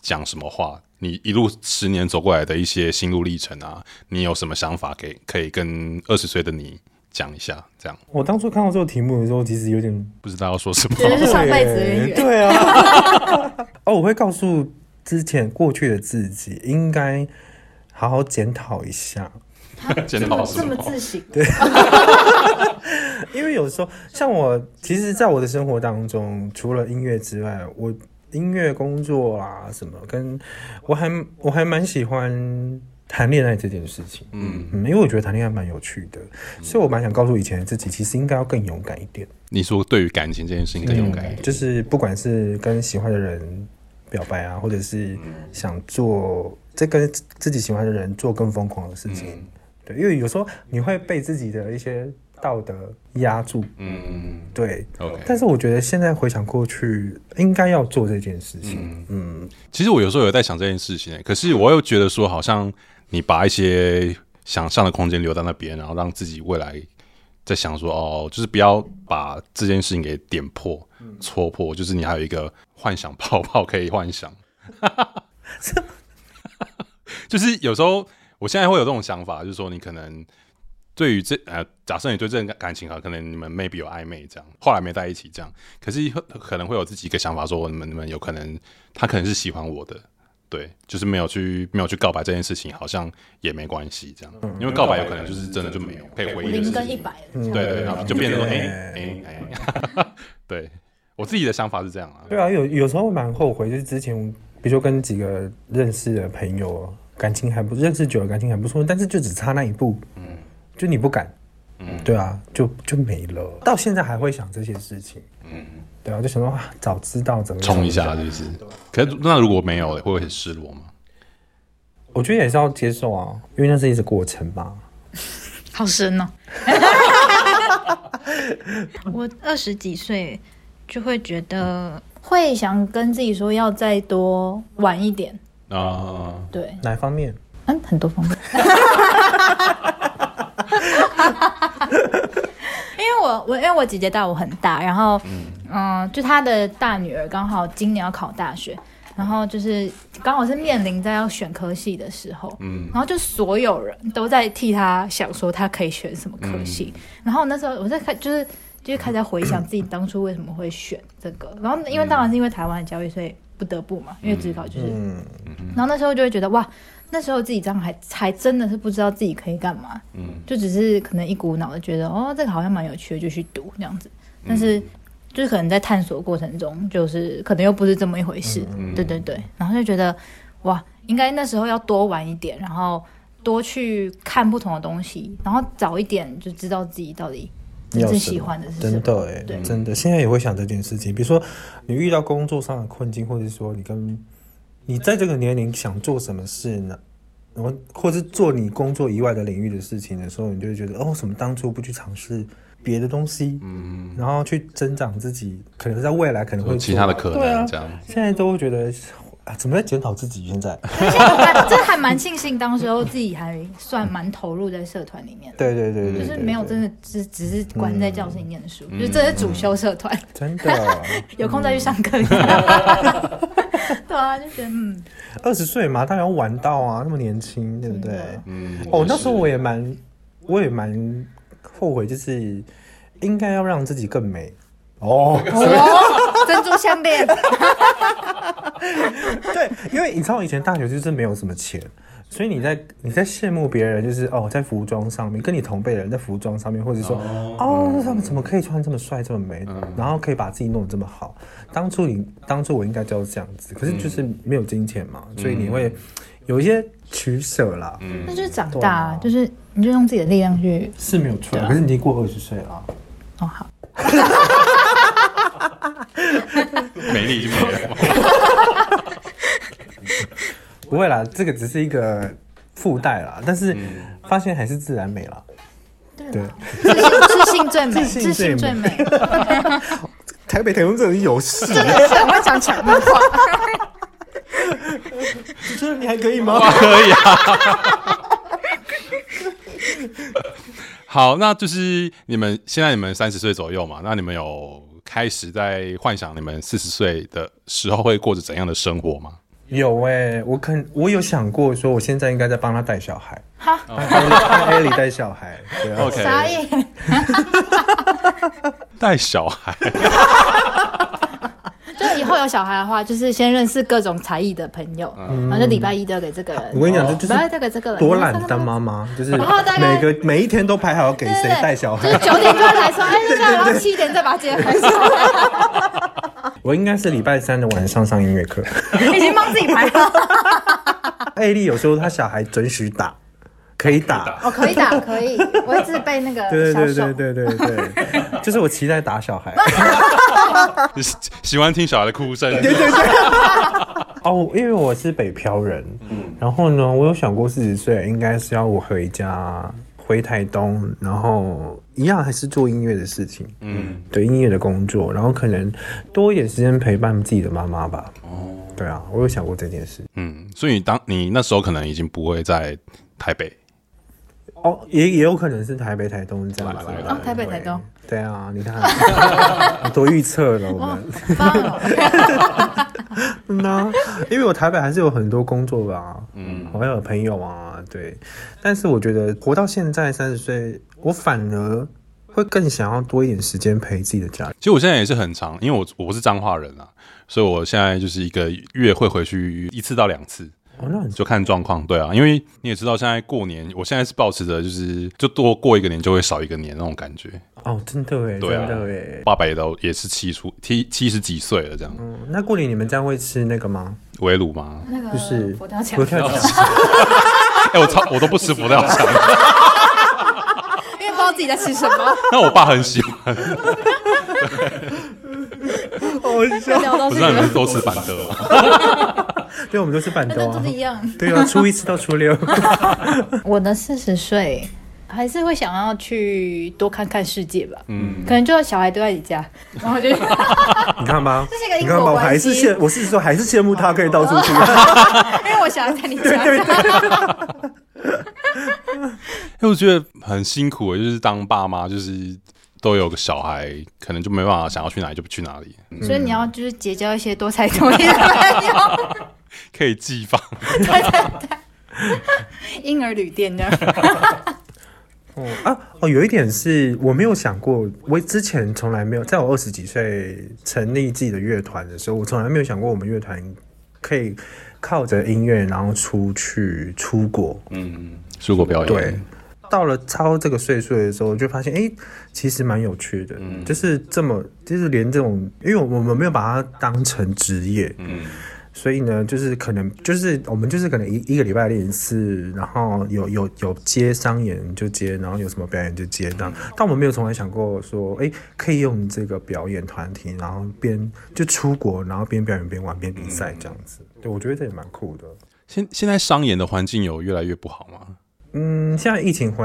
Speaker 5: 讲什么话？你一路十年走过来的一些心路历程啊，你有什么想法给可以跟二十岁的你讲一下？这样
Speaker 1: 我当初看到这个题目的时候，其实有点
Speaker 5: 不知道要说什么。
Speaker 4: 觉得是上辈子的
Speaker 1: 对
Speaker 4: 渊
Speaker 1: 耶
Speaker 4: 源。
Speaker 1: 对啊。 哦，我会告诉之前过去的自己，应该好好检讨一下，
Speaker 5: 检
Speaker 4: 这
Speaker 5: 讨
Speaker 4: 么
Speaker 5: 什
Speaker 4: 啊这
Speaker 5: 么
Speaker 4: 么？自省，
Speaker 1: 因为有时候像我，其实在我的生活当中，除了音乐之外，我音乐工作啊什么，跟我还我还蛮喜欢谈恋爱这件事情。
Speaker 5: 嗯，
Speaker 1: 嗯，因为我觉得谈恋爱蛮有趣的，所以我蛮想告诉以前的自己，其实应该要更勇敢一点。
Speaker 5: 你说对于感情这件事情更勇敢一点，
Speaker 1: 就是不管是跟喜欢的人表白啊，或者是想做在跟自己喜欢的人做更疯狂的事情，
Speaker 5: 嗯
Speaker 1: 对，因为有时候你会被自己的一些道德压住，
Speaker 5: 嗯
Speaker 1: 对。
Speaker 5: ，OK。
Speaker 1: 但是我觉得现在回想过去，应该要做这件事情。
Speaker 5: 嗯
Speaker 1: 嗯，
Speaker 5: 其实我有时候有在想这件事情欸，可是我又觉得说，好像你把一些想象的空间留在那边，然后让自己未来在想说，哦，就是不要把这件事情给点破、戳破，就是你还有一个幻想泡泡可以幻想。 就是有时候我现在会有这种想法，就是说你可能对于这呃，假设你对这段感情啊，可能你们 maybe 有暧昧这样，后来没在一起这样，可是会可能会有自己一个想法说你们你们有可能他可能是喜欢我的。对，就是没有去没有去告白这件事情，好像也没关系这样，嗯因为告白有可能就是真的就没有，可以回忆的
Speaker 4: 零
Speaker 5: 事
Speaker 4: 跟一
Speaker 5: 情。
Speaker 4: 百，
Speaker 1: 嗯
Speaker 5: 对对，然后就变成说，
Speaker 1: 对
Speaker 5: 哎哎哎， 对我自己的想法是这样啊。
Speaker 1: 对啊，有有时候蛮后悔，就是之前比如说跟几个认识的朋友，感情还不认识久了，感情还不错，但是就只差那一步，嗯，就你不敢，
Speaker 5: 嗯
Speaker 1: 对啊，就就没了。到现在还会想这些事情，嗯，对啊，就想说啊，早知道怎么
Speaker 5: 冲一下，是不是？
Speaker 1: 啊
Speaker 5: 可是那如果没有，会很失落吗？
Speaker 1: 我觉得也是要接受啊，因为那是一个过程吧。
Speaker 2: 好 深哦。我二十几岁就会觉得，
Speaker 4: 会想跟自己说要再多晚一点，
Speaker 5: 啊，
Speaker 4: 对，
Speaker 1: 哪方面？
Speaker 4: 嗯，很多方面。因为我我因为我姐姐大我很大，然后嗯、就她的大女儿刚好今年要考大学，然后就是刚好是面临在要选科系的时候，
Speaker 5: 嗯
Speaker 4: 然后就所有人都在替她想说她可以选什么科系，然后那时候我在看就是就是开始在回想自己当初为什么会选这个，然后因为当然是因为台湾的教育，所以不得不嘛，因为职考就是，
Speaker 1: 嗯，
Speaker 4: 然后那时候就会觉得哇。那时候自己这样还还真的是不知道自己可以干嘛，
Speaker 5: 嗯
Speaker 4: 就只是可能一股脑的觉得哦，这个好像蛮有趣的，就去读这样子。但是、就是可能在探索过程中，就是可能又不是这么一回事。
Speaker 5: 嗯
Speaker 4: 对对对，然后就觉得哇，应该那时候要多玩一点，然后多去看不同的东西，然后早一点就知道自己到底真正喜欢的是什
Speaker 1: 真
Speaker 4: 么。
Speaker 1: 的哎、
Speaker 4: 对
Speaker 1: 真的，现在也会想这件事情。比如说，你遇到工作上的困境，或者说你跟你在这个年龄想做什么事呢？然后，或是做你工作以外的领域的事情的时候，你就会觉得，哦，什么当初不去尝试别的东西，
Speaker 5: 嗯，
Speaker 1: 然后去增长自己，可能在未来可能会
Speaker 5: 有其他的
Speaker 1: 做
Speaker 5: 可
Speaker 1: 对啊
Speaker 5: 能这样，
Speaker 1: 现在都会觉得啊，怎么在检讨自己？现在，
Speaker 4: 这还蛮庆幸，当时候自己还算蛮投入在社团里面的。
Speaker 1: 对对对对嗯
Speaker 4: 就是没有真
Speaker 1: 的
Speaker 4: 的只只是关在教室里念书，就是这是主修社团，
Speaker 1: 真的
Speaker 4: 有空再去上课。 对啊，就觉得嗯，
Speaker 1: 二十岁嘛，当然要玩到啊，那么年轻，对不对？
Speaker 5: 嗯，
Speaker 1: 哦，那时候我
Speaker 5: 也
Speaker 1: 也蛮，我也蛮后悔，就是应该要让自己更美。 哦，
Speaker 4: 哦，珍珠项链，
Speaker 1: 对，因为你知道以前大学就是没有什么钱，所以你在你在羡慕别人，就是哦，在服装上面跟你同辈人在服装上面，或者说哦，嗯那他们怎么可以穿这么帅这么美，然后可以把自己弄得这么好？当初你当初我应该就要这样子，可是就是没有金钱嘛，所以你会有一些取舍啦，
Speaker 5: 嗯
Speaker 4: 那就是长
Speaker 1: 对
Speaker 4: 大
Speaker 1: 啊
Speaker 4: 啊，就是你就用自己的力量去
Speaker 1: 是没有错。可是你已经过二十岁了啊。
Speaker 4: 哦好，
Speaker 5: 美丽就没了，
Speaker 1: 不会啦，这个只是一个附带啦，但是发现还是自然美啦。对，
Speaker 4: 自信自信最美，
Speaker 1: 自信
Speaker 4: 自信
Speaker 1: 最
Speaker 4: 最
Speaker 1: 美
Speaker 4: 美，
Speaker 1: 台北台中这人有戏，
Speaker 4: 我会讲抢的话，
Speaker 1: 主持人你还可以吗？
Speaker 5: 可以啊。好，那就是你们现在你们三十岁左右嘛，那你们有开始在幻想你们四十岁的时候会过着怎样的生活吗？
Speaker 1: 有哎、我肯我有想过说，我现在应该在帮他带小孩，
Speaker 4: 哈
Speaker 1: 帮艾莉帮艾莉带小孩，对啊
Speaker 5: OK
Speaker 4: 傻眼，
Speaker 5: 带小孩，
Speaker 4: 就以后有小孩的话，就是先认识各种才艺的朋友，然后就礼拜一交给这个人，
Speaker 1: 嗯我跟你讲，这就
Speaker 4: 礼拜二交
Speaker 1: 是
Speaker 4: 给这个人，
Speaker 1: 多懒得当妈妈，就是
Speaker 4: 后大
Speaker 1: 每
Speaker 4: 概
Speaker 1: 个每一天都排好要给
Speaker 4: 对
Speaker 1: 谁
Speaker 4: 哦对对
Speaker 1: 带小
Speaker 4: 就是
Speaker 1: 孩。
Speaker 4: 九点就 要来说，哎，那这样，然后七点再把它接回来，
Speaker 1: 我应该是礼拜三的晚上上音乐课。
Speaker 4: 已经帮自己排好。啊
Speaker 1: 艾莉有时候她小孩准许打，可以打，
Speaker 4: 哦，可以打， 可以，我一直被那个
Speaker 1: 对
Speaker 4: 小
Speaker 1: 对
Speaker 4: 手
Speaker 1: 对对对 对，就是我期待打小孩。
Speaker 5: 喜喜欢听小孩的哭 声，
Speaker 1: 哦，因为我是北漂人，
Speaker 5: 嗯
Speaker 1: 然后呢，我有想过四十岁应该是要我回家，回台东，然后一样还是做音乐的事情，
Speaker 5: 嗯，
Speaker 1: 对音乐的工作，然后可能多一点时间陪伴自己的妈妈吧。哦，对啊，我有想过这件事。
Speaker 5: 嗯，所以你当你那时候可能已经不会在台北，
Speaker 1: 哦，也也有可能是台北、台东这样子。
Speaker 5: 来来来
Speaker 1: 对
Speaker 4: 哦台北台东。
Speaker 1: 对啊，你看， 多预测了我们。
Speaker 4: 棒哦，
Speaker 1: 嗯呐、 因为我台北还是有很多工作吧，
Speaker 5: 嗯
Speaker 1: 嗯，我还有朋友啊，对。但是我觉得活到现在三十岁，我反而会更想要多一点时间陪自己的家人。
Speaker 5: 其实我现在也是很长，因为我我是彰化人啊，所以我现在就是一个月会回去一次到两次，
Speaker 1: 哦，那很
Speaker 5: 就看状况。对啊，因为你也知道，现在过年，我现在是保持着就是就多过一个年就会少一个年那种感觉。
Speaker 1: 哦，真的哎，真
Speaker 5: 对啊
Speaker 1: 的哎。
Speaker 5: 爸爸也都也是七出七七十几岁了，这样
Speaker 1: 嗯，那过年你们家会吃那个吗？
Speaker 5: 围炉吗？
Speaker 4: 那个
Speaker 1: 就是
Speaker 4: 佛跳墙
Speaker 1: 佛，跳墙，
Speaker 5: 哎、我超我都不吃佛跳墙，
Speaker 4: 因为不知道自己在吃什 么，
Speaker 5: 那我爸很喜欢。
Speaker 1: 好 笑。
Speaker 4: 聊到
Speaker 5: 我
Speaker 4: 这
Speaker 5: 知道你们
Speaker 4: 个，
Speaker 5: 是都吃板的哦吗？
Speaker 1: 对，我们都是板
Speaker 4: 那
Speaker 1: 豆
Speaker 4: 都
Speaker 1: 啊
Speaker 4: 是。一样。
Speaker 1: 对啊，初一吃到初六。
Speaker 4: 我的四十岁，还是会想要去多看看世界吧。嗯，可能就小孩都在你家， 然后就
Speaker 1: 你看吧，
Speaker 2: 这是一个因
Speaker 1: 你
Speaker 2: 果
Speaker 1: 看吧，我还
Speaker 2: 关
Speaker 1: 是
Speaker 2: 系
Speaker 1: 羡，我是说还是羡慕他可以到处去。啊
Speaker 4: 因为我小孩在你家。
Speaker 5: 哎、我觉得很辛苦，欸就是当爸妈，就是都有个小孩，可能就没办法想要去哪里就去哪里，
Speaker 1: 嗯
Speaker 4: 所以你要就是结交一些多才多艺的朋友，
Speaker 5: 可以寄放。
Speaker 4: 婴儿旅店这样。
Speaker 1: 哦啊哦，有一点是我没有想过，我之前从来没有，在我二十几岁成立自己的乐团的时候，我从来没有想过我们乐团可以靠着音乐然后出去出国。
Speaker 5: 嗯， 出国表演，
Speaker 1: 对，到了超这个岁数的时候，就发现哎、诶其实蛮有趣的，
Speaker 5: 嗯
Speaker 1: 就是这么，就是连这种，因为我们没有把它当成职业，
Speaker 5: 嗯，
Speaker 1: 所以呢，就是可能就是我们就是可能一一个礼拜练一次，然后有有有接商演就接，然后有什么表演就接这样。
Speaker 5: 嗯
Speaker 1: 但我们没有从来想过说，哎、可以用这个表演团体，然后边就出国，然后边表演边玩边比
Speaker 5: 嗯
Speaker 1: 赛这样子。对，我觉得这也蛮酷的。
Speaker 5: 现现在商演的环境有越来越不好吗？
Speaker 1: 嗯，现在疫情回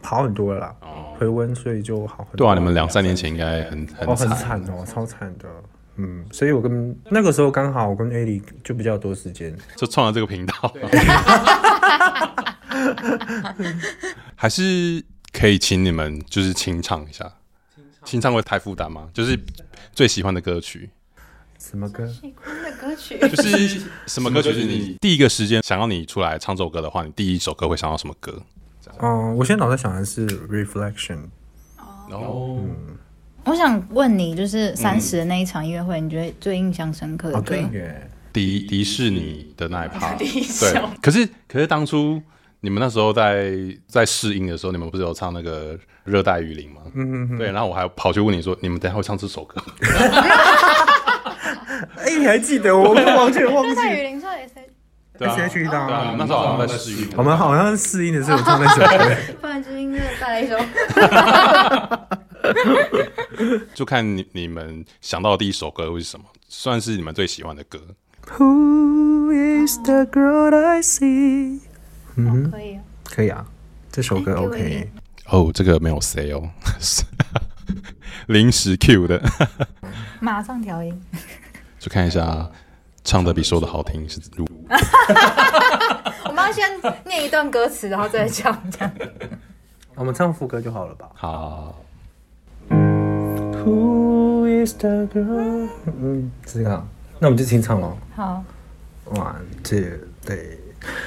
Speaker 1: 好很多了啦，回温，所以就好很多。
Speaker 5: 对啊，你们两三年前应该很
Speaker 1: 哦，
Speaker 5: 很
Speaker 1: 很
Speaker 5: 惨，
Speaker 1: 惨哦，超惨的。嗯，所以我跟那个时候刚好我跟 A 莉就比较多时间，
Speaker 5: 就创了这个频道， 还是可以请你们就是清唱一下，清唱会太负担吗？就是最喜欢的歌曲，
Speaker 1: 什么歌？
Speaker 2: 的歌曲，
Speaker 5: 就是什么歌曲是你第一个时间想要你出来唱这首歌的话，你第一首歌会想到什么歌？
Speaker 1: 嗯，我现在脑袋想的是 Reflection。
Speaker 5: 然后
Speaker 4: 我想问你，就是三十的那一场音乐会，你觉得最印象深刻的
Speaker 1: 嗯哦，
Speaker 4: 歌
Speaker 1: 对？耶，
Speaker 5: 迪迪士尼的那一趴，
Speaker 2: 一首
Speaker 5: 对，可是可是当初你们那时候在在试音的时候，你们不是有唱那个《热带雨林》吗？嗯嗯。对，然后我还跑去问你说，你们等一下会唱这首歌吗？
Speaker 1: 哎，你还记得我？我完全忘记。
Speaker 2: 雨林说也是，
Speaker 5: 对啊
Speaker 1: S.H.E 的
Speaker 5: 对啊，
Speaker 1: 啊
Speaker 5: 你们那时候好像在试音。
Speaker 1: 我们好像试音的时候有唱那首歌。
Speaker 2: 不然就是音乐带来一首，
Speaker 5: 就看你你们想到的第一首歌会是什么，算是你们最喜欢的歌。
Speaker 1: Who is the girl I see？
Speaker 2: 哦可以哦。
Speaker 1: 可以啊，这首歌
Speaker 2: 哎给我一
Speaker 1: OK
Speaker 2: 点。
Speaker 5: 哦，这个没有 say 哦，是 临时 Q 的，
Speaker 4: 马上调音。
Speaker 5: 就看一下唱的比说的好听是如
Speaker 2: 我们要先念一段歌词，然后再讲讲。
Speaker 1: 我们唱副歌就好了吧
Speaker 5: 好。
Speaker 1: ？Who is the girl？嗯，是这样。那我们就清唱喽。
Speaker 4: 好，
Speaker 1: One, two, three.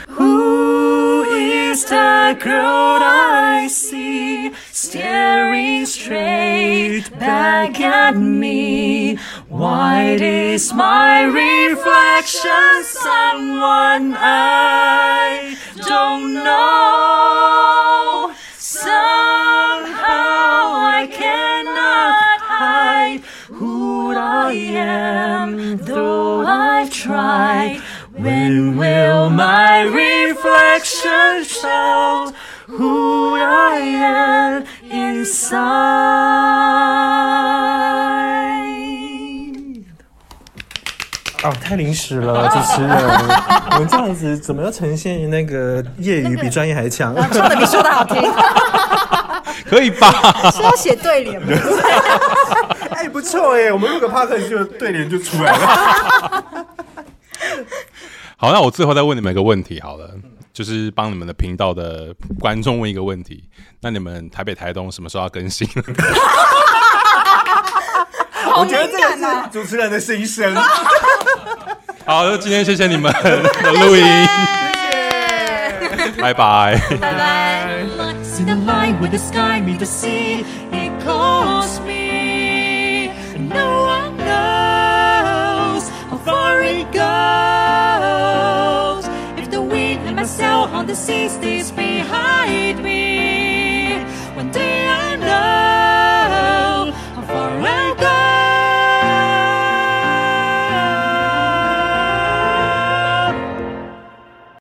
Speaker 3: Who is the girl I see staring straight back at me? Why is my reflection someone I don't know? Somehow I cannot hide who I am, though I've tried. When will my reflection show who I am inside?
Speaker 1: 哦，太临时 了，主持人，我们这样子怎么要呈现那个业余比专业还 强？
Speaker 4: 唱的比说的好听，
Speaker 5: 可以吧？
Speaker 4: 是要写对联吗？
Speaker 1: 哎，不错哎，我们录个 p a r t 就对联就出来了。
Speaker 5: 好，那我最后再问你们一个问题好了，就是帮你们的频道的观众问一个问题：那你们台北、台东什么时候要更 新？
Speaker 1: 我觉得这个是主持人的心声。
Speaker 5: 好，那今天谢谢你们的录音， 拜拜。
Speaker 3: Lights in the line where the sky meet the sea. It calls me. No one knows how far it goes. If the wind and myself on the sea stays behind me,